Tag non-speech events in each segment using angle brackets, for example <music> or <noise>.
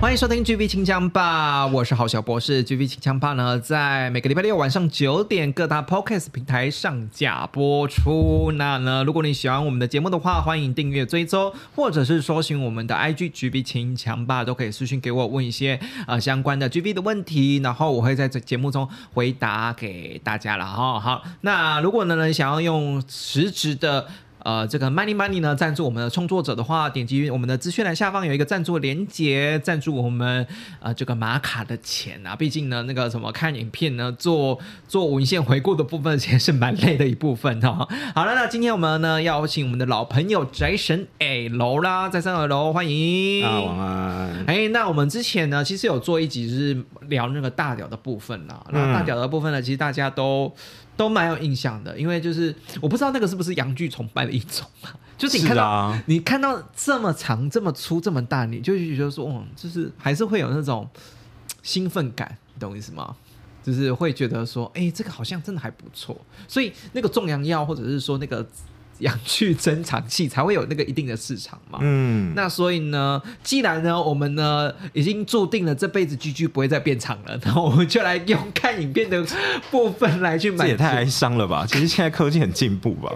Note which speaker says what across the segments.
Speaker 1: 欢迎收听 GB 清枪吧，我是郝小博士。GB 清枪吧呢，在每个礼拜六晚上九点各大 Podcast 平台上架播出。那呢，如果你喜欢我们的节目的话，欢迎订阅、追踪，或者是搜寻我们的 IG GB 清枪吧，都可以私讯给我问一些呃相关的 GB 的问题，然后我会在这节目中回答给大家了哈。好，那如果呢你想要用实质的呃，这个 Money Money 呢赞助我们的创作者的话，点击我们的资讯栏下方有一个赞助连接，赞助我们呃这个玛卡的钱啊。毕竟呢，那个什么看影片呢，做做文献回顾的部分，其实是蛮累的一部分哦。 <laughs> 好了，那今天我们呢邀请我们的老朋友宅神 A 楼啦，在三二楼欢迎。
Speaker 2: 啊，晚安。
Speaker 1: 哎、那我们之前呢，其实有做一集是聊那个大屌的部分啦。
Speaker 2: 嗯
Speaker 1: 那大屌的部分呢，其实大家都都蛮有印象的，因为就是我不知道那个是不是洋剧崇拜的一种啊，就是你看
Speaker 2: 是
Speaker 1: 到、
Speaker 2: 啊，
Speaker 1: 你看到这么长、这么粗、这么大，你就觉得说，哦，就是还是会有那种嘖兴奋感，你懂我意思吗？就是会觉得说，哎、这个好像真的还不错，所以那个壮阳药或者是说那个 <laughs> 洋剧增长器才会有那个一定的市场嘛。
Speaker 2: 嗯，
Speaker 1: 那所以呢，既然呢，我们呢已经注定了这辈子居居不会再变长了，然后我们就来用看影片的部分来去
Speaker 2: 这
Speaker 1: 满
Speaker 2: 也
Speaker 1: 足
Speaker 2: 太哀伤了吧？其实现在科技很进步吧，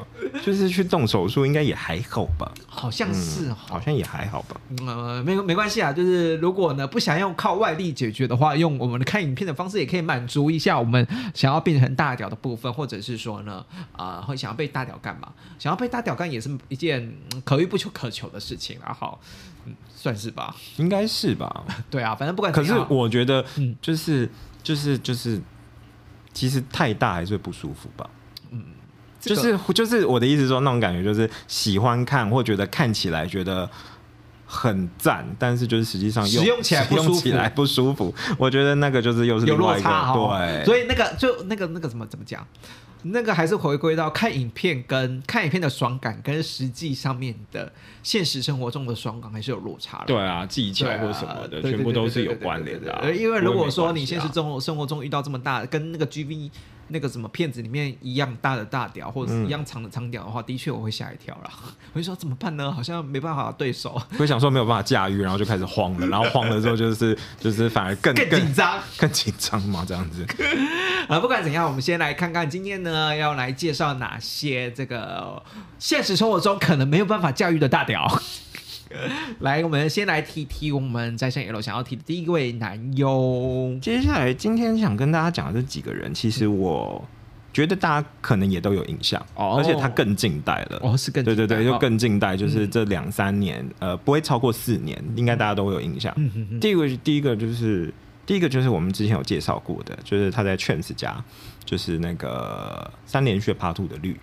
Speaker 2: 就是去动手术应该也还好吧？
Speaker 1: 好像是啊
Speaker 2: 嗯
Speaker 1: 哈
Speaker 2: 好、像也还好吧？
Speaker 1: 呃，没没关系啊，就是如果呢不想用靠外力解决的话，用我们的看影片的方式也可以满足一下我们想要变成大屌的部分，或者是说呢，啊、会想要被大屌干嘛？想要被大屌干也是一件嗯可遇不求可求的事情啊，好，嗯，算是吧，
Speaker 2: 应该是吧？
Speaker 1: 对啊，反正不管
Speaker 2: 可
Speaker 1: 怎
Speaker 2: 是
Speaker 1: 样
Speaker 2: 我觉得
Speaker 1: 嗯，
Speaker 2: 就是就是就是，其实太大还是会不舒服吧？
Speaker 1: 嗯这
Speaker 2: 就
Speaker 1: 个
Speaker 2: 是就是我的意思说，那种感觉就是喜欢看或觉得看起来觉得很赞，但是就是实际上又
Speaker 1: 使用起来不舒服
Speaker 2: 使用起来不舒服。我觉得那个就是又是
Speaker 1: 有
Speaker 2: 另
Speaker 1: 落
Speaker 2: 外一个
Speaker 1: 差哈、
Speaker 2: 对，
Speaker 1: 所以那个就那个那个怎么怎么讲，那个还是回归到看影片跟看影片的爽感跟实际上面的现实生活中的爽感还是有落差的。
Speaker 2: 对啊，技巧
Speaker 1: 对啊。
Speaker 2: 或什么的，
Speaker 1: 对
Speaker 2: 全部都是有关联的啊、
Speaker 1: 对对对对对对对对对对对因为如果说你现实
Speaker 2: 是
Speaker 1: 生活生活中遇到这么大，跟那个 G V 那个什么片子里面一样大的大屌，或者
Speaker 2: 嗯
Speaker 1: 是一样长的长屌的话，的确我会吓一跳啦。 <laughs> 我就说怎么办呢？好像没办法对手，
Speaker 2: 会想说没有办法驾驭，然后就开始慌了，然后慌了之后就是就是反而更
Speaker 1: 更紧张。
Speaker 2: 更紧张嘛，这样子。
Speaker 1: <laughs> 呃，不管怎样，我们先来看看今天呢要来介绍哪些这个现实生活中可能没有办法驾驭的大屌。 <laughs> 来，我们先来提提我们在线 L 想要提的第一位男优，
Speaker 2: 接下来今天想跟大家讲的这几个人，其实我觉得大家可能也都有印象，
Speaker 1: 哦
Speaker 2: 而且他更近代了。
Speaker 1: 哦，是更
Speaker 2: 对对对，就
Speaker 1: 哦
Speaker 2: 更近代，就是这两三年，呃，不会超过四年，应该大家都有印象。
Speaker 1: 嗯嗯嗯，
Speaker 2: 第一个，第一个就是第一个就是我们之前有介绍过的，就是他在 Chance 家，就是那个三连血 Part Two 的绿，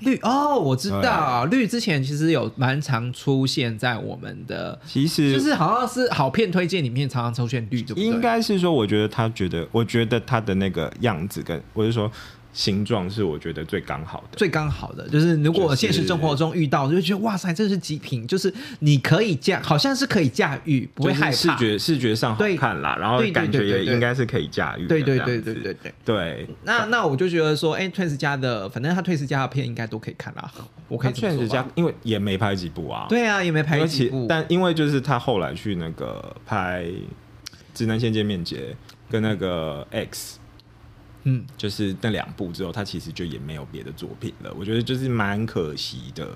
Speaker 1: 绿哦，我知道绿之前其实有蛮常出现在我们的，
Speaker 2: 其实
Speaker 1: 就是好像是好片推荐里面常常出现绿，对不对？
Speaker 2: 应该是说，我觉得他觉得，我觉得他的那个样子跟我是说形状是我觉得最刚好的。
Speaker 1: 最刚好的，就是如果
Speaker 2: 就是
Speaker 1: 现实生活中遇到，就觉得哇塞，这是极品，就是你可以驾，好像是可以驾驭，不会害
Speaker 2: 就是视
Speaker 1: 怕。
Speaker 2: 觉视觉上好看啦，然后
Speaker 1: 对对
Speaker 2: 感觉
Speaker 1: 对对
Speaker 2: 也
Speaker 1: 对
Speaker 2: 应该是可以驾驭的
Speaker 1: 对
Speaker 2: 这
Speaker 1: 对
Speaker 2: 样子。
Speaker 1: 对对对对。
Speaker 2: 对，
Speaker 1: 那那我就觉得说，哎、t w i n s 家的，反正他 Twins 家的片应该都可以看啦，我可以这么
Speaker 2: 确
Speaker 1: 说
Speaker 2: 实
Speaker 1: 吧
Speaker 2: 加，因为也没拍几部啊。，
Speaker 1: 对啊，也没拍
Speaker 2: 而
Speaker 1: 几
Speaker 2: 且
Speaker 1: 部，
Speaker 2: 但因为就是他后来去那个拍《直男先见面节》跟那个 X。
Speaker 1: 嗯，
Speaker 2: 就是那两部之后，他其实就也没有别的作品了。我觉得就是蛮可惜的。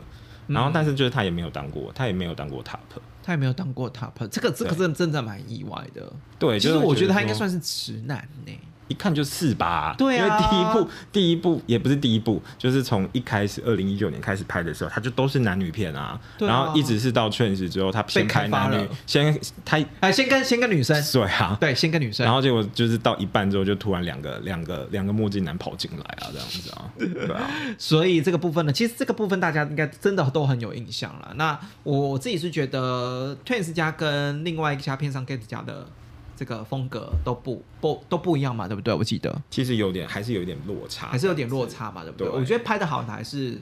Speaker 2: 然后，
Speaker 1: 嗯
Speaker 2: 但是就是他也没有当过，他也没有当过 top。
Speaker 1: 他也没有当过 Top，这个这个
Speaker 2: 对
Speaker 1: 真的真的蛮意外的。
Speaker 2: 对，
Speaker 1: 其
Speaker 2: 就
Speaker 1: 实
Speaker 2: 是
Speaker 1: 我觉得他应
Speaker 2: 说
Speaker 1: 该算是直男呢、
Speaker 2: 一看就是吧，
Speaker 1: 对啊
Speaker 2: 因为第一部第一部也不是第一部，就是从一开始二零一九年开始拍的时候，它就都是男女片啊，
Speaker 1: 对啊
Speaker 2: 然后一直是到 Trans 之后，他先
Speaker 1: 被
Speaker 2: 拍
Speaker 1: 开发
Speaker 2: 男女
Speaker 1: 了，
Speaker 2: 先他
Speaker 1: 哎，先跟先跟女生，
Speaker 2: 对啊，
Speaker 1: 对，先跟女生，
Speaker 2: 然后结果就是到一半之后，就突然两个两个两个墨镜男跑进来啊，这样子啊，对啊，
Speaker 1: 所以这个部分呢，其实这个部分大家应该真的都很有印象了。那我自己是觉得 Twins 家跟另外一家片商 Get 家的这个风格都不不都不一样嘛，对不对？我记得
Speaker 2: 其实有点还是有一点落差，
Speaker 1: 还是有点落。差嘛，对不对？
Speaker 2: 对
Speaker 1: 我觉得拍的好的还是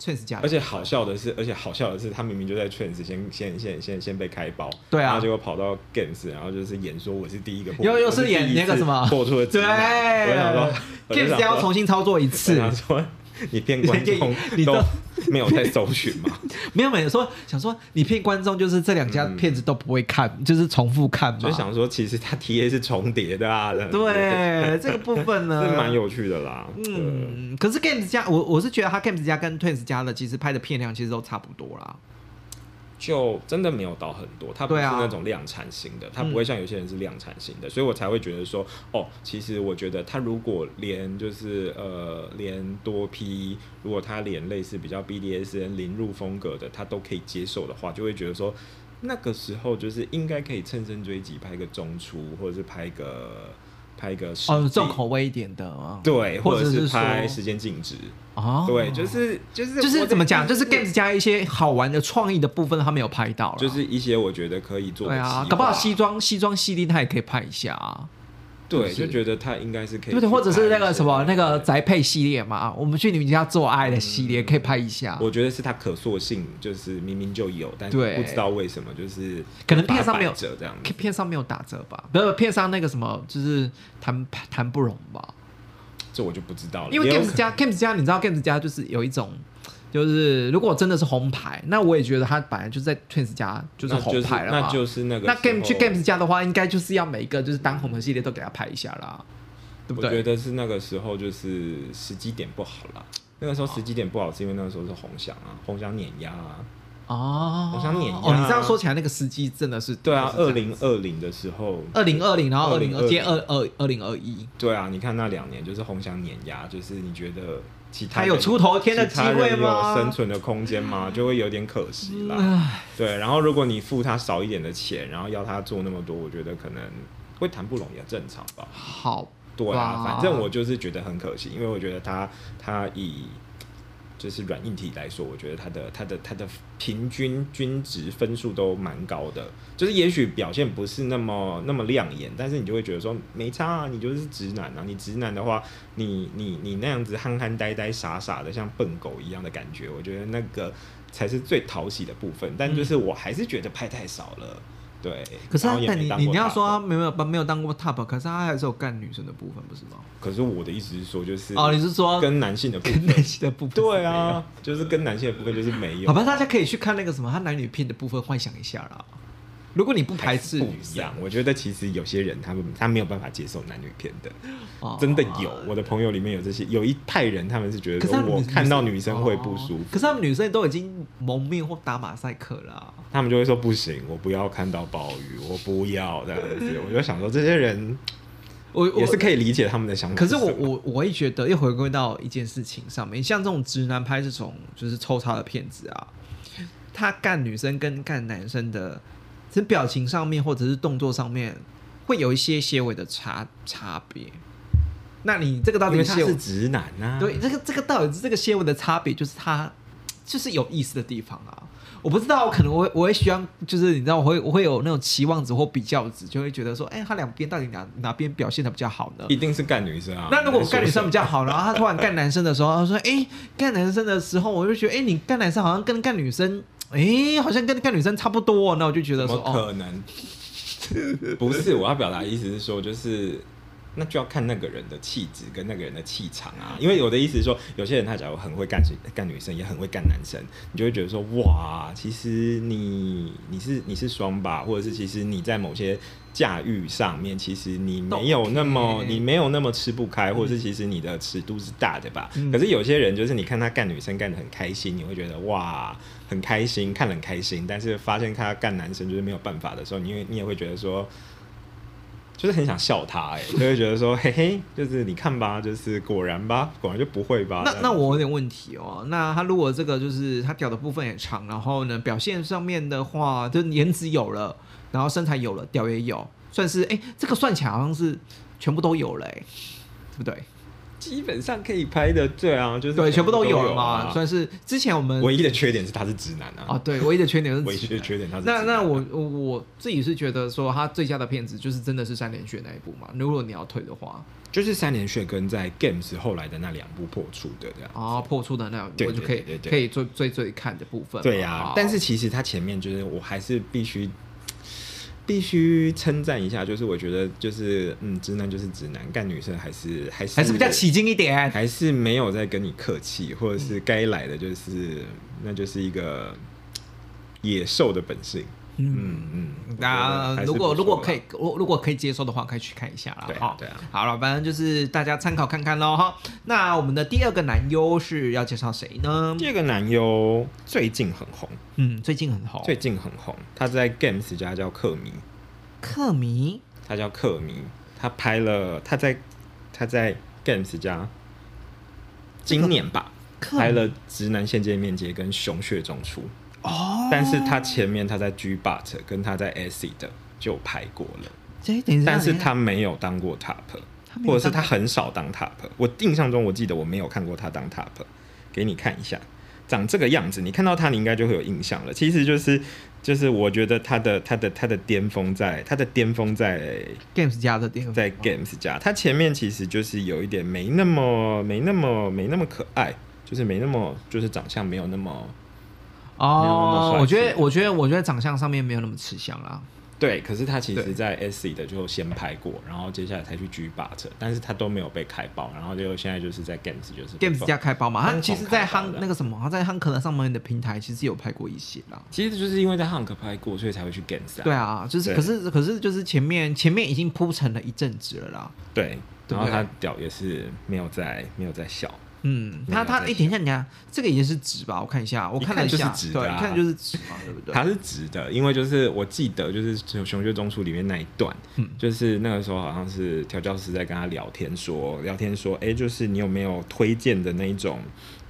Speaker 1: Twins 家的，
Speaker 2: 而且好笑的是，而且好笑的是，他明明就在 Trans 先先先先先被开包，
Speaker 1: 对啊
Speaker 2: 然后结果跑到 Games，然后就是演说我是第一个破，
Speaker 1: 又又
Speaker 2: 我
Speaker 1: 是
Speaker 2: 是
Speaker 1: 演
Speaker 2: 第一
Speaker 1: 那个
Speaker 2: 次
Speaker 1: 什么
Speaker 2: 破出的
Speaker 1: 对
Speaker 2: 直男我就想说我就
Speaker 1: ，Games
Speaker 2: 想
Speaker 1: 家要
Speaker 2: 说
Speaker 1: 重新操作一
Speaker 2: 我
Speaker 1: 次
Speaker 2: 想，说你骗观众
Speaker 1: 你
Speaker 2: 都
Speaker 1: 都
Speaker 2: 没有在搜寻
Speaker 1: <laughs>
Speaker 2: 嘛？
Speaker 1: 没有没有说想说你骗观众，就是这两家片子都不会看，就是重复看嘛
Speaker 2: 嗯就。想说其实他 TA 是重叠的啊，这样子，
Speaker 1: 对这个部分呢，
Speaker 2: <laughs> 是蛮有趣的啦，嗯。
Speaker 1: 嗯，可是 Games 家，我我是觉得他 Games 家跟 Twins 家的其实拍的片量其实都差不多啦。
Speaker 2: 就真的没有到很多，它不是
Speaker 1: 对啊
Speaker 2: 那种量产型的，它
Speaker 1: 嗯
Speaker 2: 不会像有些人是量产型的，所以我才会觉得说，哦，其实我觉得它如果连就是呃连多批，如果它连类似比较 BDSN 零入风格的，它都可以接受的话，就会觉得说。那个时候就是应该可以乘胜追击，拍个中出，或者是拍个拍个实
Speaker 1: 哦，
Speaker 2: 地
Speaker 1: 重口味一点的啊，
Speaker 2: 对，
Speaker 1: 或
Speaker 2: 或
Speaker 1: 者
Speaker 2: 者
Speaker 1: 是
Speaker 2: 是
Speaker 1: 说
Speaker 2: 拍时间静止，
Speaker 1: 哦，
Speaker 2: 对，就是就是
Speaker 1: 就是
Speaker 2: 我
Speaker 1: 怎么讲，就
Speaker 2: 在
Speaker 1: 是 Games 家一些好玩的创意的部分他没有拍到啦
Speaker 2: 就是一些我觉得可以做的
Speaker 1: 对啊
Speaker 2: 计，
Speaker 1: 搞不好
Speaker 2: 划
Speaker 1: 西装西装系列他也可以拍一下啊，
Speaker 2: 对，
Speaker 1: 是
Speaker 2: 就
Speaker 1: 不是
Speaker 2: 觉得他应该是可以去
Speaker 1: 对不
Speaker 2: 拍一些，
Speaker 1: 对？或者是那个什么那个宅配系列嘛，我们去你们家做爱的系列可以拍一下，
Speaker 2: 我觉得是他可塑性，就是明明就有，但是
Speaker 1: 对
Speaker 2: 不知道为什么，就是
Speaker 1: 可能片上没有
Speaker 2: 把它摆着这样子。
Speaker 1: 片上没有打折吧？不是片上那个什么就是谈谈不拢吧？
Speaker 2: 这我就不知道了，
Speaker 1: 因为
Speaker 2: 哦也有
Speaker 1: Games
Speaker 2: 可
Speaker 1: 家 Games 家，你知道 Games 家就是有一种，就是如果真的是红牌，那我也觉得他本来就在 Twins 家就是
Speaker 2: 那
Speaker 1: 红牌了嘛。
Speaker 2: 那就是那个
Speaker 1: 那
Speaker 2: 时
Speaker 1: Game 去
Speaker 2: 候
Speaker 1: Games 家的话，应该就是要每一个就是当红的系列都给他拍一下啦，对不
Speaker 2: 我觉
Speaker 1: 对？
Speaker 2: 得是那个时候就是时机点不好啦。那个时候时机点不好，是因为那个时候是红翔啊，红翔碾压啊。
Speaker 1: 哦，
Speaker 2: 我想碾压
Speaker 1: 哦，你这样说起来，那个时机真的是
Speaker 2: 对啊，二零二零的时候，
Speaker 1: 二零二零，然后二零
Speaker 2: 2020
Speaker 1: 二接二二二零二一，
Speaker 2: 对啊，你看那两年就是红翔碾压，就是你觉得其
Speaker 1: 他
Speaker 2: 他人
Speaker 1: 有出头天的
Speaker 2: 其
Speaker 1: 机
Speaker 2: 他
Speaker 1: 会
Speaker 2: 人有生
Speaker 1: 吗？
Speaker 2: 存的空
Speaker 1: <sighs>
Speaker 2: 间吗？就会有点可惜啦。
Speaker 1: 唉，
Speaker 2: 对，然后如果你付他少一点的钱，然后要他做那么多，我觉得可能会谈不拢也正常吧。
Speaker 1: 好吧，
Speaker 2: 对啊，反正我就是觉得很可惜，因为我觉得他他以就是软硬体来说，我觉得他的他的他的平均均值分数都蛮高的，就是也许表现不是那么那么亮眼，但是你就会觉得说没差啊，你就是直男啊，你直男的话，你你你那样子憨憨呆呆傻傻的像笨狗一样的感觉，我觉得那个才是最讨喜的部分，但就是我还是觉得拍太少了。对，
Speaker 1: 嗯可是
Speaker 2: 然
Speaker 1: 他
Speaker 2: 后也
Speaker 1: 但
Speaker 2: 没
Speaker 1: 你
Speaker 2: 当
Speaker 1: 你
Speaker 2: 过
Speaker 1: 你要
Speaker 2: 大
Speaker 1: 说
Speaker 2: 头
Speaker 1: 他没有没有当过 top，可是他还是有干女生的部分，不是吗？
Speaker 2: 可是我的意思是说，就是
Speaker 1: 哦，你是说
Speaker 2: 跟男性的部
Speaker 1: 跟
Speaker 2: 分，
Speaker 1: 男性的部分？哦
Speaker 2: 对，啊，就是跟男性的部分就是没有，啊
Speaker 1: 好吧，大家可以去看那个什么，他男女片的部分，幻想一下啦。如果你不排斥
Speaker 2: 不
Speaker 1: 女
Speaker 2: 一
Speaker 1: 生
Speaker 2: 样。我觉得其实有些人他们他没有办法接受男女片的，
Speaker 1: 哦
Speaker 2: 真的有，我的朋友里面有这些，有一派人他们是觉
Speaker 1: 可
Speaker 2: 得
Speaker 1: 是他
Speaker 2: 说
Speaker 1: 们
Speaker 2: 我看到女
Speaker 1: 哦
Speaker 2: 生会不舒服，
Speaker 1: 可是他们女生都已经蒙面或打马赛克了啊、
Speaker 2: 他们就会说不行，我不要看到鲍鱼，我不要这样
Speaker 1: <laughs>
Speaker 2: 子，我就想说这些人
Speaker 1: 我我
Speaker 2: 也是可以理解他们的想法
Speaker 1: 可是
Speaker 2: 什么，
Speaker 1: 我我我会觉得又回归到一件事情上面，像这种直男拍这种就是抽插的片子啊，他干女生跟干男生的，其实表情上面或者是动作上面会有一些些微的差差别。那你这个到
Speaker 2: 因
Speaker 1: 底
Speaker 2: 为他
Speaker 1: 些
Speaker 2: 是直男啊，
Speaker 1: 对，这个这个到底是这个纤维的差别，就是它就是有意思的地方啊。我不知道，我可能我会我会喜欢，就是你知道，我会我会有那种期望值或比较值，就会觉得说，哎、他两边到底哪哪边表现的比较好呢？
Speaker 2: 一定是干女生啊。
Speaker 1: 那如果我干女生比
Speaker 2: 比
Speaker 1: 较好，然后他突然干男生的时候，他说，哎、干男生的时候，我就觉得，哎、你干男生好像跟干女生，哎、好像跟干女生差不多、哦，那我就觉得
Speaker 2: 怎
Speaker 1: 说，
Speaker 2: 么
Speaker 1: 哦，
Speaker 2: 可能？ <laughs> 不是，我要表达的意思是说，就是那就要看那个人的气质跟那个人的气场啊。因为我的意思是说，有些人他假如很会干女干女生，也很会干男生，你就会觉得说，哇，其实你你是你是双吧，或者是其实你在某些驾驭上面，其实你没有那么
Speaker 1: OK
Speaker 2: 哦你没有那么吃不开，或者是其实你的尺度是大的吧。
Speaker 1: 嗯
Speaker 2: 可是有些人就是你看他干女生干得很开心，你会觉得哇很开心，看得很开心。但是发现他干男生就是没有办法的时候，你也你也会觉得说，就是很想笑他、哎，就会觉得说，嘿嘿，就是你看吧，就是果然吧，果然就不会吧。这
Speaker 1: 那
Speaker 2: 样
Speaker 1: 那我有点问题哦。那他如果这个就是他屌的部分也长，然后呢表现上面的话，就颜值有了，然后身材有了，屌也有，算是哎、这个算起来好像是全部都有了、哎，对不对？
Speaker 2: 基本上可以拍的，对啊，就是
Speaker 1: 对，全部都有
Speaker 2: 有
Speaker 1: 了嘛，
Speaker 2: 啊
Speaker 1: 算是之前我们
Speaker 2: 唯一的缺点是他是直男啊，
Speaker 1: 啊，对，唯一的缺点是
Speaker 2: 唯一的缺点他是直
Speaker 1: 那
Speaker 2: 男啊
Speaker 1: 那我我我自己是觉得说，他最佳的片子就是真的是三连血那一部嘛。如果你要推的话，
Speaker 2: 就是三连血跟在 Games 后来的那两部破处的这样。
Speaker 1: 啊，破处的那
Speaker 2: 对
Speaker 1: 我就可以
Speaker 2: 对对对
Speaker 1: 可以追追追看的部分嘛。
Speaker 2: 对呀、
Speaker 1: 好
Speaker 2: 但是其实他前面就是我还是必须必须称赞一下，就是我觉得就是嗯，直男就是直男，干女生还是还是
Speaker 1: 还是比较起劲一点。
Speaker 2: 还是没有在跟你客气，或者是该来的就是那就是一个野兽的本性。嗯嗯，我觉得还
Speaker 1: 那
Speaker 2: 是
Speaker 1: 啊如果
Speaker 2: 不错
Speaker 1: 如果可
Speaker 2: 啦
Speaker 1: 以，如如果可以接受的话，可以去看一下啦。
Speaker 2: 对啊
Speaker 1: 哈
Speaker 2: 对啊
Speaker 1: 好了，反正就是大家参考看看喽哈。那我们的第二个男优是要介绍谁呢？
Speaker 2: 第二个男优最近很红，
Speaker 1: 嗯，最近很红，
Speaker 2: 最近很红，他在 Games 家叫克迷，
Speaker 1: 克迷
Speaker 2: 他叫克迷，他拍了他在他在 Games 家今年吧、
Speaker 1: 克迷
Speaker 2: 拍了《直男线界面接》跟《熊血中出》，
Speaker 1: 哦，
Speaker 2: 但是他前面他在 G But 跟他在 AC 的就拍过了，
Speaker 1: 这等一下，
Speaker 2: 但是他没有当过 Top，
Speaker 1: 他没有
Speaker 2: 或者是他
Speaker 1: 当
Speaker 2: 很少当 Top。我印象中我记得我没有看过他当 Top，给你看一下，长这个样子，你看到他你应该就会有印象了。其实就是就是我觉得他的他的他的巅峰在他的巅峰在
Speaker 1: Games 家的巅峰
Speaker 2: 在
Speaker 1: 吗
Speaker 2: Games 家，他前面其实就是有一点没那么没那么没那么可爱，就是没那么就是长相没有那么没有那
Speaker 1: 哦，
Speaker 2: 么帅
Speaker 1: 我觉得，
Speaker 2: 气
Speaker 1: 我觉得，我觉得长相上面没有那么吃香啦。
Speaker 2: 对，可是他其
Speaker 1: 对
Speaker 2: 实在 S C 的就先拍过，然后接下来才去 G b u t 但是他都没有被开爆，然后就现在就是在 Games 就是被
Speaker 1: Games
Speaker 2: 爆
Speaker 1: 家开包嘛，他
Speaker 2: 疯狂
Speaker 1: 其实，在
Speaker 2: 开包
Speaker 1: Hun
Speaker 2: 的
Speaker 1: 那个什么，他在 Hun 可能上面的平台其实有拍过一些啦。
Speaker 2: 其实就是因为在 Hunk 拍过，所以才会去 Games 啊。
Speaker 1: 对啊，就是
Speaker 2: 对
Speaker 1: 可是可是就是前面前面已经铺陈了一阵子了啦。
Speaker 2: 对，
Speaker 1: 对不
Speaker 2: 然后
Speaker 1: 对
Speaker 2: 他屌也是没有在没有在笑，
Speaker 1: 嗯，
Speaker 2: 没
Speaker 1: 他
Speaker 2: 有
Speaker 1: 他
Speaker 2: 在
Speaker 1: 哎，等一下，等一下，这个已经是直吧？我看一下，我看了
Speaker 2: 啊一
Speaker 1: 下，
Speaker 2: 看就是直
Speaker 1: 对，
Speaker 2: 的
Speaker 1: 一
Speaker 2: 啊
Speaker 1: 看就是直嘛，对不对？
Speaker 2: 他是直的，因为就是我记得就是《熊血中枢》里面那一段，
Speaker 1: 嗯
Speaker 2: 就是那个时候好像是调教师在跟他聊天说，聊天说，哎、就是你有没有推荐的那一种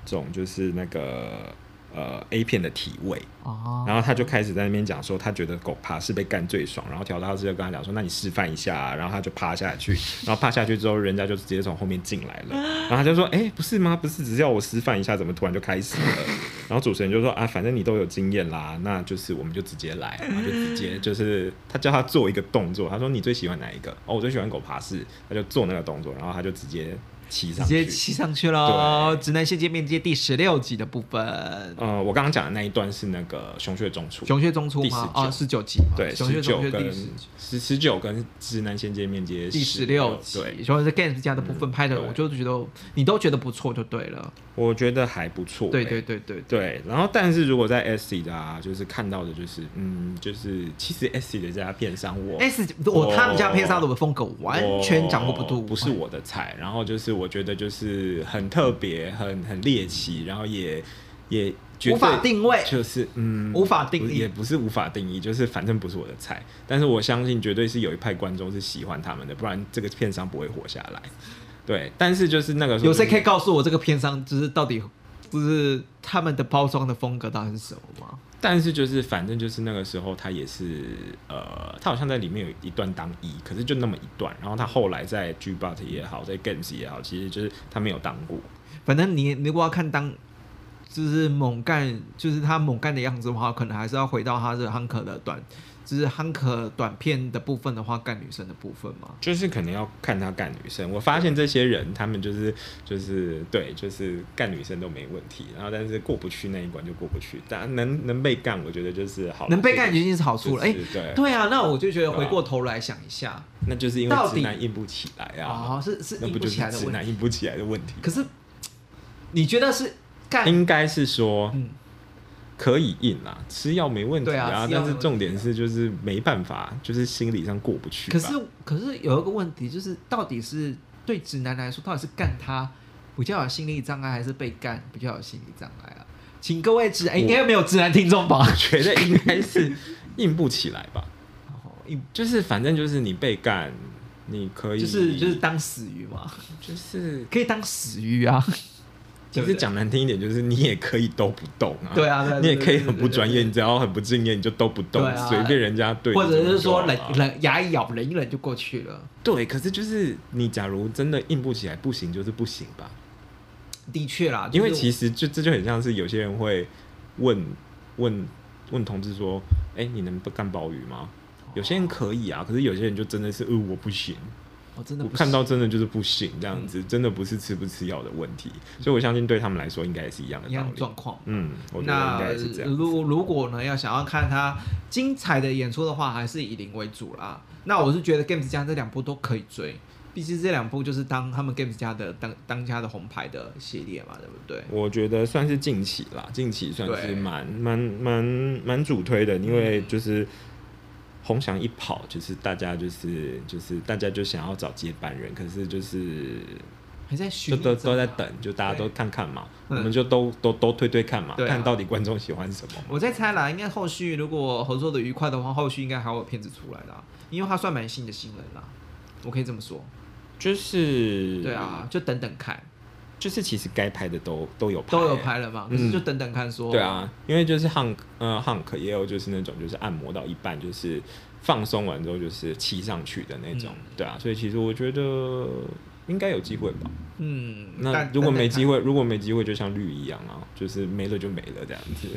Speaker 2: 种就是那个呃 A 片的体位？
Speaker 1: 啊，
Speaker 2: 然后他就开始在那边讲说，他觉得狗爬是被干最爽。然后调教师就跟他讲说，那你示范一下、啊。然后他就趴下去，然后趴下去之后，人家就直接从后面进来了。然后他就说，哎、不是吗？不是，只是要我示范一下，怎么突然就开始了？然后主持人就说，啊，反正你都有经验啦，那就是我们就直接来，然后就直接就是他叫他做一个动作，他说你最喜欢哪一个？哦，我最喜欢狗爬式，他就做那个动作，然后他就直接骑
Speaker 1: 直
Speaker 2: 上
Speaker 1: 接
Speaker 2: 去。
Speaker 1: 骑上去喽，《
Speaker 2: 对
Speaker 1: 直男世界面接》第十六集的部分，
Speaker 2: 呃，我刚刚讲的那一段是那个熊血中出，
Speaker 1: 《熊血中出》
Speaker 2: 第
Speaker 1: 吗
Speaker 2: 19？
Speaker 1: 哦，十九集嘛，
Speaker 2: 对，
Speaker 1: 熊血
Speaker 2: 十
Speaker 1: 中
Speaker 2: 九
Speaker 1: 出》第
Speaker 2: 跟
Speaker 1: 十集。
Speaker 2: 十十九跟直男仙界面接
Speaker 1: 第十六
Speaker 2: 16
Speaker 1: 集
Speaker 2: 对，，嗯
Speaker 1: 所以是 Games 家的部分拍的，
Speaker 2: 对
Speaker 1: 我就觉得你都觉得不错就对了。
Speaker 2: 我觉得还不错、
Speaker 1: 对
Speaker 2: 欸
Speaker 1: 对对对对，
Speaker 2: 对，然后但是如果在 S C 的啊，就是看到的就是嗯，就是其实 S C 的这家片商我
Speaker 1: S 我
Speaker 2: 我
Speaker 1: 他们家配上的风格完全掌握不住，
Speaker 2: 我哦不是我的菜。然后就是我觉得就是很特别，很很猎奇，然后也也绝对
Speaker 1: 嗯无法定位
Speaker 2: 就是嗯，
Speaker 1: 无法定义
Speaker 2: 也不是无法定义，就是反正不是我的菜。但是我相信绝对是有一派观众是喜欢他们的，不然这个片商不会活下来。对，但是就是那个时候
Speaker 1: 有谁
Speaker 2: 就是
Speaker 1: 可以告诉我这个片商就是到底就是他们的包装的风格到底是什么吗？
Speaker 2: 但是就是反正就是那个时候他也是呃，他好像在里面有一段当一，可是就那么一段。然后他后来在 G But 也好，在 Games 也好，其实就是他没有当过。
Speaker 1: 反正你你如果要看当就是猛干，就是他猛干的样子的话，可能还是要回到他的汉克的短，就是汉克短片的部分的话，干女生的部分嘛。
Speaker 2: 就是可能要看他干女生。我发现这些人，他们就是就是对，就是干女生都没问题，然后但是过不去那一关就过不去。但能能被干，我觉得就是好了，
Speaker 1: 能被干
Speaker 2: 就
Speaker 1: 已经是好处了，哎、
Speaker 2: 就是对
Speaker 1: 对啊，那我就觉得回过头来想一下，
Speaker 2: 那就是因为
Speaker 1: 到底
Speaker 2: 直男硬不起来啊，
Speaker 1: 哦，是是
Speaker 2: 那
Speaker 1: 硬
Speaker 2: 不
Speaker 1: 不
Speaker 2: 就
Speaker 1: 起
Speaker 2: 是
Speaker 1: 来的
Speaker 2: 直
Speaker 1: 问题。
Speaker 2: 男硬不起来的问题？
Speaker 1: 可是你觉得是干？
Speaker 2: 应该是说
Speaker 1: 嗯，
Speaker 2: 可以硬啦，吃药没问题
Speaker 1: 对啊吃药没问题啊
Speaker 2: 但是重点是就是没办法，就是心理上过不去
Speaker 1: 可
Speaker 2: 吧。
Speaker 1: 是可是有一个问题，就是到底是对直男来说，到底是干他比较有心理障碍，还是被干比较有心理障碍啊？请各位直哎，
Speaker 2: 我
Speaker 1: 应该没有直男听众吧？
Speaker 2: 我觉得应该是硬不起来吧，
Speaker 1: 哦硬
Speaker 2: 就是反正就是你被干，你可以
Speaker 1: 就是就是当死鱼嘛，
Speaker 2: 就是，
Speaker 1: 可以当死鱼啊。
Speaker 2: <laughs> 其实讲难听一点，就是你也可以都不动啊。
Speaker 1: 对啊，对啊
Speaker 2: 你也
Speaker 1: 对
Speaker 2: 可以
Speaker 1: 对
Speaker 2: 很
Speaker 1: 对
Speaker 2: 不
Speaker 1: 对
Speaker 2: 专业，
Speaker 1: 对
Speaker 2: 你只要很不敬业，你就都不动
Speaker 1: 对，啊
Speaker 2: 随、便人家对你
Speaker 1: 或
Speaker 2: 怎么
Speaker 1: 者
Speaker 2: 做啊，
Speaker 1: 是说忍忍牙一咬忍一忍就过去了。
Speaker 2: 对，可是就是你假如真的硬不起来，不行就是不行吧。
Speaker 1: 的确啦，
Speaker 2: 因为其
Speaker 1: 实
Speaker 2: 实就这就很像是有些人会问问问同志说，哎、你能不干鲍鱼吗？
Speaker 1: 哦
Speaker 2: 有些人可以啊，可是有些人就真的是，呃，我不行，
Speaker 1: 我真的
Speaker 2: 我
Speaker 1: 不
Speaker 2: 看
Speaker 1: 行嗯
Speaker 2: 到真的就是不行这样子，真的不是吃不吃药的问题，所以我相信对他们来说应该也是一样的
Speaker 1: 一
Speaker 2: 道
Speaker 1: 样的
Speaker 2: 理
Speaker 1: 状。况。
Speaker 2: 嗯，我觉得应
Speaker 1: 那
Speaker 2: 该也是这样。
Speaker 1: 如如果呢，要想要看他精彩的演出的话，还是以零为主啦。那我是觉得 Games 家这两部都可以追，毕竟这两部就是当他们 Games 家的当当家的红牌的系列嘛，对不对？
Speaker 2: 我觉得算是近期啦，近期算
Speaker 1: 对嗯
Speaker 2: 是蛮蛮蛮蛮主推的，因为就是红翔一跑，就是大家就是就是大家就想要找接班人，可是就是
Speaker 1: 还在啊
Speaker 2: 就
Speaker 1: 寻
Speaker 2: 都
Speaker 1: 找
Speaker 2: 都在
Speaker 1: 嘛
Speaker 2: 等，就大家都
Speaker 1: 对
Speaker 2: 看看嘛，我
Speaker 1: 嗯
Speaker 2: 们就都都都推推看嘛，
Speaker 1: 对啊啊
Speaker 2: 看到底观众喜欢什么嘛。
Speaker 1: 我在猜啦，应该后续如果合作的愉快的话，后续应该还会有片子出来啦，因为他算蛮新的新人啦，我可以这么说。
Speaker 2: 就是
Speaker 1: 对啊，，就等等看，
Speaker 2: 就是其实该拍的都都有拍、
Speaker 1: 都有。拍了嘛，可是
Speaker 2: 嗯
Speaker 1: 就等等看说。
Speaker 2: 对，啊，因为就是 Hunk，呃，Hunk 也有就是那种就是按摩到一半就是放松完之后就是骑上去的那种，对啊，所以其实我觉得应该有机会吧。
Speaker 1: 嗯，
Speaker 2: 那
Speaker 1: 但
Speaker 2: 如果没
Speaker 1: 等
Speaker 2: 机，
Speaker 1: 等
Speaker 2: 会，如果没机会，就像绿一样啊，就是没了就没了这样子，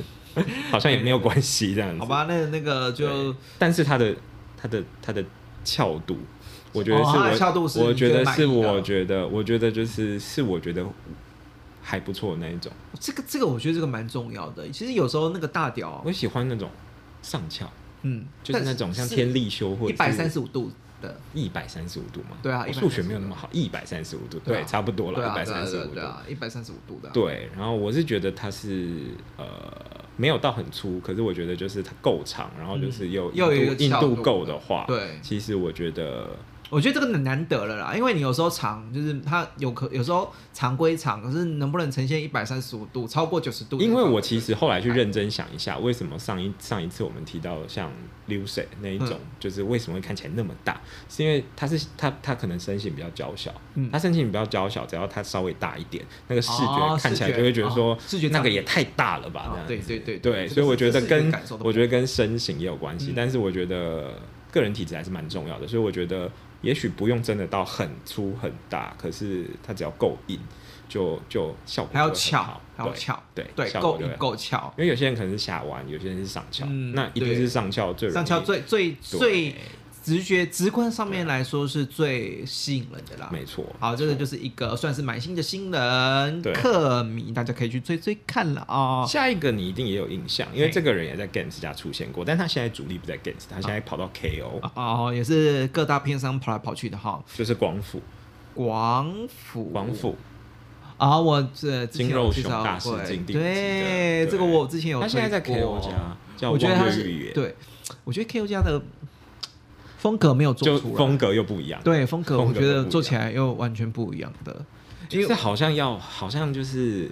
Speaker 2: <laughs> 好像也没有关系这样
Speaker 1: 看
Speaker 2: 子。
Speaker 1: 好吧，那那个就
Speaker 2: 对，但是它的它的它的翘度，我觉得
Speaker 1: 哦
Speaker 2: 是
Speaker 1: 它
Speaker 2: 我、
Speaker 1: 的翘度是
Speaker 2: 我
Speaker 1: 你觉
Speaker 2: 觉
Speaker 1: 得
Speaker 2: 得
Speaker 1: 满
Speaker 2: 是
Speaker 1: 意的
Speaker 2: 我觉得我觉得就是是我觉得还不错的那一种，
Speaker 1: 这个这个，我觉得这个蛮重要的。其实有时候那个大屌
Speaker 2: 我，喜欢那种上翘，
Speaker 1: 嗯，
Speaker 2: 就是那种像天力修或
Speaker 1: 一百三十五度的，
Speaker 2: 一百三十五度嘛，
Speaker 1: 对啊
Speaker 2: 我
Speaker 1: 135
Speaker 2: 数学没有那么好，一百三十五度，
Speaker 1: 对啊
Speaker 2: 对，差不多
Speaker 1: 对
Speaker 2: 了，
Speaker 1: 啊，
Speaker 2: 一百
Speaker 1: 对啊
Speaker 2: 三十
Speaker 1: 对啊
Speaker 2: 五度
Speaker 1: 对，啊，一百三十五度的，，
Speaker 2: 对，然后我是觉得它是呃没有到很粗，可是我觉得就是它够长，然后就是有
Speaker 1: 嗯又有一个
Speaker 2: 硬
Speaker 1: 翘
Speaker 2: 度
Speaker 1: 度
Speaker 2: 够的话，
Speaker 1: 对
Speaker 2: 其实我觉得
Speaker 1: 我觉得这个很难得了啦，因为你有时候长就是它有可有时候长归长，可是能不能呈现一百三十五度，超过九十度的话？
Speaker 2: 因为我其实后来去认真想一下，为什么上一上一次我们提到像 l u c y 那一种，
Speaker 1: 嗯
Speaker 2: 就是为什么会看起来那么大，是因为它是它它可能身形比较娇小，
Speaker 1: 嗯
Speaker 2: 它身形比较娇小，只要它稍微大一点，那个视
Speaker 1: 哦
Speaker 2: 觉看起来
Speaker 1: 视觉
Speaker 2: 就会觉得说，
Speaker 1: 哦视觉
Speaker 2: 那个
Speaker 1: 上
Speaker 2: 也太大了吧，
Speaker 1: 哦
Speaker 2: 这样
Speaker 1: 对
Speaker 2: 子
Speaker 1: 对对对
Speaker 2: 对，
Speaker 1: 这
Speaker 2: 所以
Speaker 1: 个
Speaker 2: 我
Speaker 1: 是
Speaker 2: 觉得
Speaker 1: 这是一个
Speaker 2: 跟
Speaker 1: 感受的部
Speaker 2: 我觉得跟身形也有关系
Speaker 1: 嗯，
Speaker 2: 但是我觉得个人体质还是蛮重要的，所以我觉得也许不用真的到很粗很大，可是它只要够硬。就就效果
Speaker 1: 还要
Speaker 2: 就会很
Speaker 1: 翘
Speaker 2: 好，
Speaker 1: 还要
Speaker 2: 对
Speaker 1: 翘，
Speaker 2: 对
Speaker 1: 对，
Speaker 2: 效
Speaker 1: 够
Speaker 2: 果就会
Speaker 1: 够翘，
Speaker 2: 因为有些人可能是下弯，有些人是上翘，
Speaker 1: 嗯
Speaker 2: 那一定
Speaker 1: 对
Speaker 2: 是上翘最容易
Speaker 1: 上翘最最
Speaker 2: 对
Speaker 1: 最直觉直观上面来说是最吸引人的啦。
Speaker 2: 啊没错。
Speaker 1: 好，这个就是一个算是蛮新的新人
Speaker 2: 对
Speaker 1: 克迷，大家可以去追追看了啊、
Speaker 2: 下一个你一定也有印象，因为
Speaker 1: 嘿
Speaker 2: 这个人也在 Games 家出现过，但他现在主力不在 Games，他现在跑到 KO，、
Speaker 1: 哦，也是各大片商跑来跑去的哈。
Speaker 2: 就是广府，
Speaker 1: 广府，呃
Speaker 2: 广府，
Speaker 1: 啊，我这之前
Speaker 2: 金
Speaker 1: 有
Speaker 2: 肉
Speaker 1: 介
Speaker 2: 熊
Speaker 1: 绍
Speaker 2: 大师
Speaker 1: 过
Speaker 2: 金地
Speaker 1: 对，
Speaker 2: 基的
Speaker 1: 这个我之前有
Speaker 2: 他
Speaker 1: 推过。
Speaker 2: 现在在 KO 家，叫
Speaker 1: 我觉得他
Speaker 2: 望月语
Speaker 1: 是
Speaker 2: 言，
Speaker 1: 对，我觉得 KO 家的风格没有做
Speaker 2: 就
Speaker 1: 出来，
Speaker 2: 风格又不一样，，
Speaker 1: 对风格，
Speaker 2: 风
Speaker 1: 我
Speaker 2: 格
Speaker 1: 觉
Speaker 2: 都
Speaker 1: 得
Speaker 2: 不一
Speaker 1: 做起来又完全不一样的。
Speaker 2: 就是好像要，好像就是，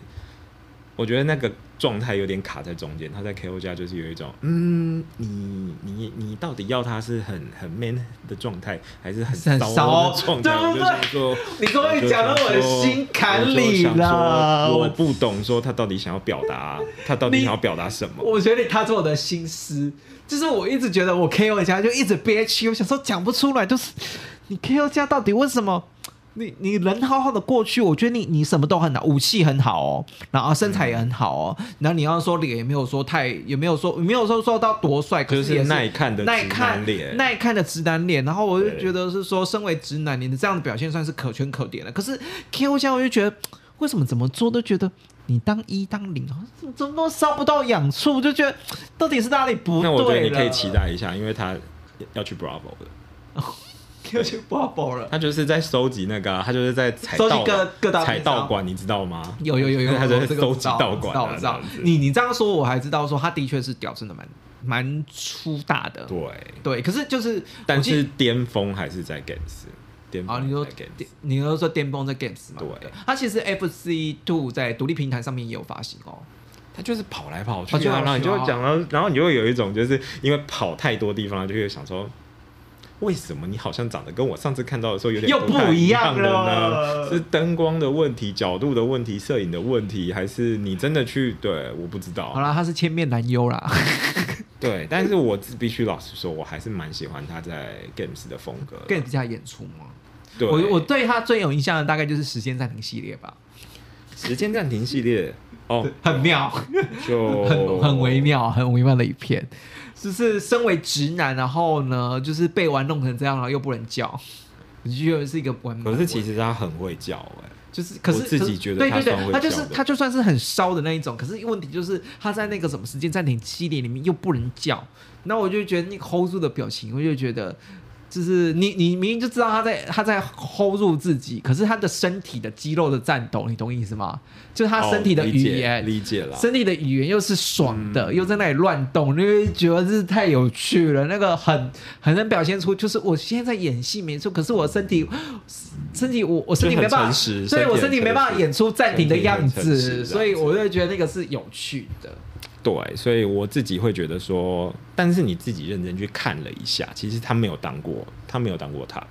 Speaker 2: 我觉得那个状态有点卡在中间，他在 KO 家就是有一种，嗯，你你你到底要他是很很 man 的状态，还是很
Speaker 1: 是很
Speaker 2: 骚的
Speaker 1: 骚
Speaker 2: 状态？
Speaker 1: 对不
Speaker 2: 我就
Speaker 1: 对
Speaker 2: 想说。
Speaker 1: 你终于讲到我的心坎里
Speaker 2: 我就想
Speaker 1: 了，
Speaker 2: 说我
Speaker 1: 我
Speaker 2: 不懂说他到底想要表达，他到底
Speaker 1: 你
Speaker 2: 想要表达什么？
Speaker 1: 我觉得他是我的心思，就是我一直觉得我 KO 家就一直憋屈，我想说讲不出来，就是你 KO 家到底为什么？你你人好好的过去，我觉得你你什么都很好，武器很好哦，然后身材也很好哦，然后你要说脸也没有说太，也没有说没有说说到多帅，可
Speaker 2: 就是
Speaker 1: 也
Speaker 2: 是
Speaker 1: 是
Speaker 2: 耐看的
Speaker 1: 耐
Speaker 2: 直
Speaker 1: 看
Speaker 2: 男脸，
Speaker 1: 耐看的直男脸，然后我就
Speaker 2: 对
Speaker 1: 觉得是说，身为直男，你的这样的表现算是可圈可点的。可是 KO 家，我就觉得为什么怎么做都觉得你当一当零，好像怎么怎么都烧不到痒处，就觉得到底是哪里不对
Speaker 2: 那
Speaker 1: 了
Speaker 2: 我觉得你可以期
Speaker 1: <laughs>
Speaker 2: 待一下，因为他要去 Bravo 的，
Speaker 1: KO 去 bubble 了。
Speaker 2: 他就是在收集那个啊、他就是在踩
Speaker 1: 收集
Speaker 2: 道
Speaker 1: 各各大
Speaker 2: 踩
Speaker 1: 片商
Speaker 2: 道馆，你知道吗？
Speaker 1: 有有有有，
Speaker 2: <laughs> 他在
Speaker 1: 这个
Speaker 2: 收
Speaker 1: 我
Speaker 2: 集
Speaker 1: 知道
Speaker 2: 道馆
Speaker 1: 我
Speaker 2: 啊，
Speaker 1: 知
Speaker 2: 这
Speaker 1: 道
Speaker 2: 样
Speaker 1: 我知
Speaker 2: 子
Speaker 1: 道。你你这样说，我还知道说他的确是屌，真的蛮蛮粗大的。
Speaker 2: 对，
Speaker 1: 对，可是就是，
Speaker 2: 但
Speaker 1: 我记
Speaker 2: 是巅峰还是在 Games，巅
Speaker 1: 啊，
Speaker 2: 峰
Speaker 1: 你说
Speaker 2: 还是在 Games，
Speaker 1: 你都说巅峰在 Games 嘛？
Speaker 2: 对
Speaker 1: 它其实 FC Two 在独立平台上面也有发行哦。
Speaker 2: 他就是跑来跑去
Speaker 1: 跑去跑
Speaker 2: 啊，
Speaker 1: 去
Speaker 2: 然后你就
Speaker 1: 啊
Speaker 2: 会讲到，然后你就会有一种就是因为跑太多地方了，就会想说为什么你好像长得跟我上次看到的时候有点
Speaker 1: 又
Speaker 2: 不
Speaker 1: 不
Speaker 2: 太
Speaker 1: 一
Speaker 2: 一
Speaker 1: 样
Speaker 2: 的呢？
Speaker 1: 了
Speaker 2: 是灯光的问题、角度的问题、摄影的问题，还是你真的去对？我不知道。
Speaker 1: 好啦，他是千面男优啦。 <laughs>
Speaker 2: 对，但是我自必须老实说，我还是蛮喜欢他在 Games 的风格的。
Speaker 1: 更加演出吗？
Speaker 2: 对，
Speaker 1: 我我对他最有印象的大概就是《时间暂停》系列吧，
Speaker 2: 时间暂停系列哦，
Speaker 1: 很妙。 <laughs>
Speaker 2: 就
Speaker 1: 很很微。妙，很微妙的一片。就是身为直男，然后呢，就是被玩弄成这样，然后又不能叫， <laughs> 你就觉得是一个玩。
Speaker 2: 可是其实他很会叫哎、
Speaker 1: 就是，可是
Speaker 2: 我自己
Speaker 1: 可是
Speaker 2: 觉得
Speaker 1: 对
Speaker 2: 他
Speaker 1: 对
Speaker 2: 算
Speaker 1: 对，
Speaker 2: 会
Speaker 1: 他就是
Speaker 2: 叫的
Speaker 1: 他就算是很烧的那一种，可是问题就是他在那个什么时间暂停系列里面又不能叫，那我就觉得那个 hold 住的表情，我就觉得。就是你，你明明就知道他在他在 hold 住自己，可是他的身体的肌肉的颤抖，你懂意思吗？就是他身体的
Speaker 2: 哦
Speaker 1: 语言，
Speaker 2: 理解理解啦。
Speaker 1: 身体的语言又是爽
Speaker 2: 嗯
Speaker 1: 的，又在那里乱动，你会觉得这是太有趣了。那个很很能表现出，就是我现在在演戏没错，可是我身体身体我我身体
Speaker 2: 就
Speaker 1: 没
Speaker 2: 很
Speaker 1: 办法，
Speaker 2: 诚实
Speaker 1: 所以
Speaker 2: 身体
Speaker 1: 我
Speaker 2: 很
Speaker 1: 身体没
Speaker 2: 诚
Speaker 1: 办法
Speaker 2: 实
Speaker 1: 演出暂停的样
Speaker 2: 身体很诚实这啊
Speaker 1: 子，
Speaker 2: 样子
Speaker 1: 所以我就觉得那个是有趣的。
Speaker 2: 对，所以我自己会觉得说，但是你自己认真去看了一下，其实他没有当过，他没有当过 top，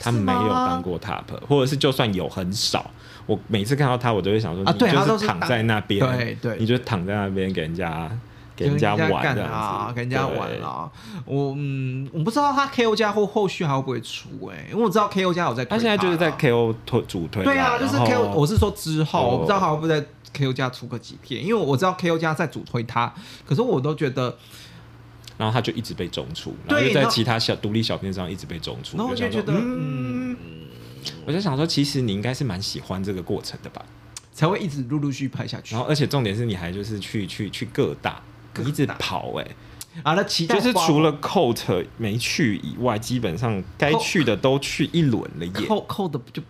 Speaker 2: 他
Speaker 1: 是吗
Speaker 2: 没有当过 top，或者是就算有很少，我每次看到他，我都会想说，
Speaker 1: 啊对
Speaker 2: 你
Speaker 1: 他都
Speaker 2: 就是是躺在那边，
Speaker 1: 对对
Speaker 2: 你就躺在那边给人家给人家玩
Speaker 1: 干
Speaker 2: 这样
Speaker 1: 啊，
Speaker 2: 子，
Speaker 1: 跟人家
Speaker 2: 对
Speaker 1: 玩啊！我嗯，我不知道他 KO 加后后续还会不会出哎、因为我知道 KO 加有在推啦，
Speaker 2: 他现在就是在 KO 推主推啦，
Speaker 1: 啊对啊，就是
Speaker 2: 然后
Speaker 1: KO，我是说之后，
Speaker 2: 哦
Speaker 1: 我不知道他会不会在 KO 家出个几片，因为我知道 KO 家在主推他，可是我都觉得，
Speaker 2: 然后他就一直被中出，然
Speaker 1: 对
Speaker 2: 后又在
Speaker 1: 然后
Speaker 2: 其他小独立小片上一直被中出，
Speaker 1: 然后我就
Speaker 2: 想
Speaker 1: 觉
Speaker 2: 说
Speaker 1: 得，
Speaker 2: 嗯
Speaker 1: 嗯，
Speaker 2: 我就想说，其实你应该是蛮喜欢这个过程的吧。
Speaker 1: 才会一直陆陆续续拍下去。
Speaker 2: 然后，
Speaker 1: 啊，
Speaker 2: 而且重点是你还就是去去去各大，
Speaker 1: 各大
Speaker 2: 你一直跑哎、
Speaker 1: 那期待
Speaker 2: 就是
Speaker 1: 花
Speaker 2: 除了 Coat 没去以外，基本上该去的都去一轮了耶。
Speaker 1: 扣扣的就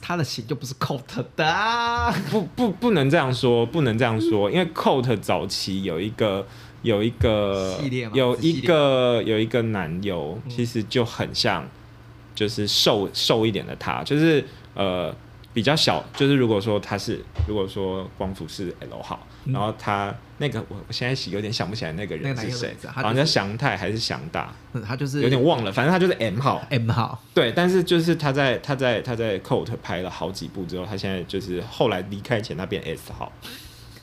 Speaker 1: 他的型就不是扣的的、啊，
Speaker 2: 不不不能这样说，不能这样说，因为 Coat 早期有一个有一个
Speaker 1: 系列吗
Speaker 2: 有
Speaker 1: 是
Speaker 2: 一
Speaker 1: 系列嗯
Speaker 2: 个有一个男友，其实就很像，就是瘦瘦一点的他，就是呃比较小，就是如果说他是如果说光复是 L 号，
Speaker 1: 嗯
Speaker 2: 然后他那个我我现在有点想不起来那个
Speaker 1: 那个
Speaker 2: 人
Speaker 1: 男
Speaker 2: 是
Speaker 1: 友的
Speaker 2: 谁
Speaker 1: 名字，他
Speaker 2: 好像
Speaker 1: 就
Speaker 2: 叫
Speaker 1: 是
Speaker 2: 祥泰还是祥大，
Speaker 1: 嗯他就是
Speaker 2: 有点忘了，反正他就是 M 号。
Speaker 1: M 号，
Speaker 2: 对，但是就是他在他在他在 Coat 拍了好几部之后，他现在就是后来离开前他变 S 号，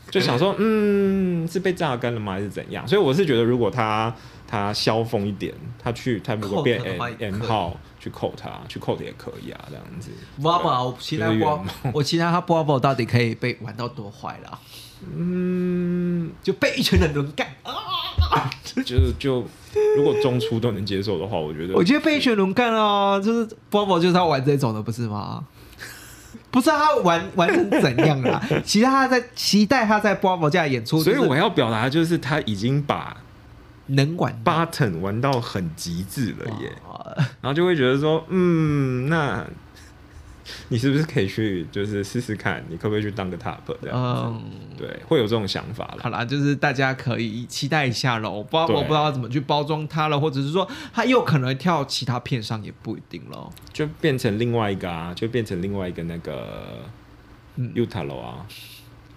Speaker 2: 就
Speaker 1: <laughs>
Speaker 2: 想说，嗯，是被榨干了吗，还是怎样？所以我是觉得，如果他他消风一点，他去他如果变
Speaker 1: Coat 的
Speaker 2: M
Speaker 1: 话也可以
Speaker 2: M 号去 Coat 啊，去 Coat 也可以啊，这样子。
Speaker 1: b a b a 我期待
Speaker 2: 就是
Speaker 1: b
Speaker 2: 圆
Speaker 1: <laughs> 我期待他 b a b a 到底可以被玩到多坏了，
Speaker 2: 嗯，
Speaker 1: 就被一群人轮干啊！
Speaker 2: 就是就如果中出都能接受的话，我觉得
Speaker 1: 我觉得被一群人干啊，就是 Bobo 就是他玩这种的，不是吗？ <laughs> 不知道他玩玩成怎样啦，
Speaker 2: <laughs>
Speaker 1: 期待他在期待他在 Bobo 家的演出，
Speaker 2: 所以
Speaker 1: 就是
Speaker 2: 我要表达的就是他已经把
Speaker 1: 能玩啊吧
Speaker 2: button 玩到很极致了耶。
Speaker 1: 哇
Speaker 2: 然后就会觉得说，嗯，那 <laughs> 你是不是可以去就是试试看，你可不可以去当个 top 这样？
Speaker 1: 嗯，
Speaker 2: 对，会有这种想法啦。
Speaker 1: 好啦，就是大家可以期待一下喽。我不知道
Speaker 2: 对
Speaker 1: 我不知道怎么去包装他了，或者是说他又可能跳其他片上也不一定喽。
Speaker 2: 就变成另外一个啊，就变成另外一个那个
Speaker 1: 嗯哦
Speaker 2: u t a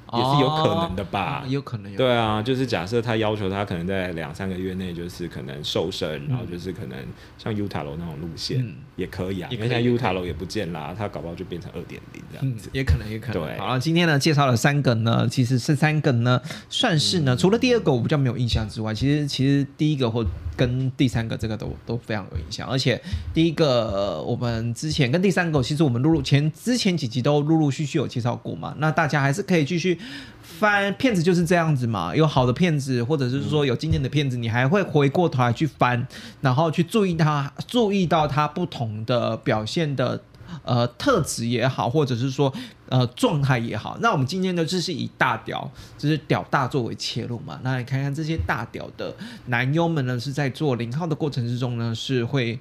Speaker 2: 啊，也是有可能的吧
Speaker 1: 哦有可能有。
Speaker 2: 对啊，就是假设他要求他可能在两三个月内就是可能瘦身，然后就是可能像 u t a 那种路线、
Speaker 1: 嗯
Speaker 2: 也可以啊，
Speaker 1: 也
Speaker 2: 因
Speaker 1: 可以
Speaker 2: 为现在 u t a 也不见啦，他搞不好就变成二点零这样
Speaker 1: 嗯
Speaker 2: 子，。
Speaker 1: 也可能，也可能。
Speaker 2: 对
Speaker 1: 好了，今天呢介绍了三个呢，其实这三个呢算是呢，除了第二个我比较没有印象之外，其实其实第一个或跟第三个这个都都非常有印象，而且第一个、呃我们之前跟第三个，其实我们陆陆前之前几集都陆陆续续有介绍过嘛，那大家还是可以继续。翻片子就是这样子嘛，有好的片子，或者是说有经典的片子，你还会回过头来去翻，然后去注意它，注意到它不同的表现的呃特质也好，或者是说呃状态也好。那我们今天呢，就是以大屌，就是屌大作为切入嘛。那你看看这些大屌的男优们呢，是在做零号的过程之中呢，是会。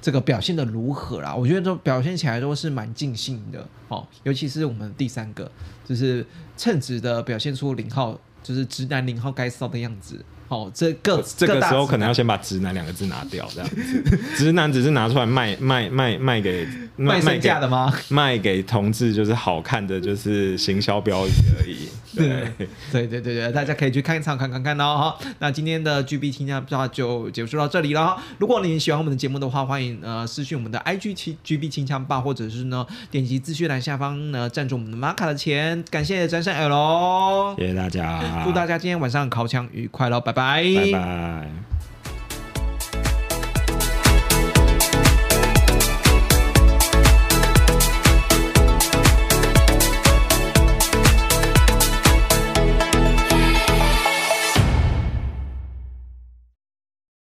Speaker 1: 这个表现的如何啦？我觉得都表现起来都是蛮尽兴的哦，尤其是我们第三个，就是称职的表现出零号，就是直男零号该骚的样子。哦，这个
Speaker 2: 这
Speaker 1: 各
Speaker 2: 个
Speaker 1: 大
Speaker 2: 时候
Speaker 1: 直
Speaker 2: 可能
Speaker 1: 男
Speaker 2: 要先把“直男”两个字拿掉，这
Speaker 1: <laughs>
Speaker 2: 样子。直男只是拿出来卖卖卖卖给
Speaker 1: 卖
Speaker 2: 卖
Speaker 1: 身
Speaker 2: 给
Speaker 1: 价的吗？
Speaker 2: 卖给同志，就是好看的，就是行销标语而已。
Speaker 1: 对 <laughs> 对对对对，大家可以去看一场看看看哦哈。那今天的 GB 听价票就结束到这里了哈。如果你喜欢我们的节目的话，欢迎呃私讯我们的 IG 七 GB 清枪吧，或者是呢点击资讯栏下方呢赞助我们的玛卡的钱。感谢詹胜 L，
Speaker 2: 谢谢大家，
Speaker 1: 祝大家今天晚上烤枪愉快喽，拜
Speaker 2: 拜拜。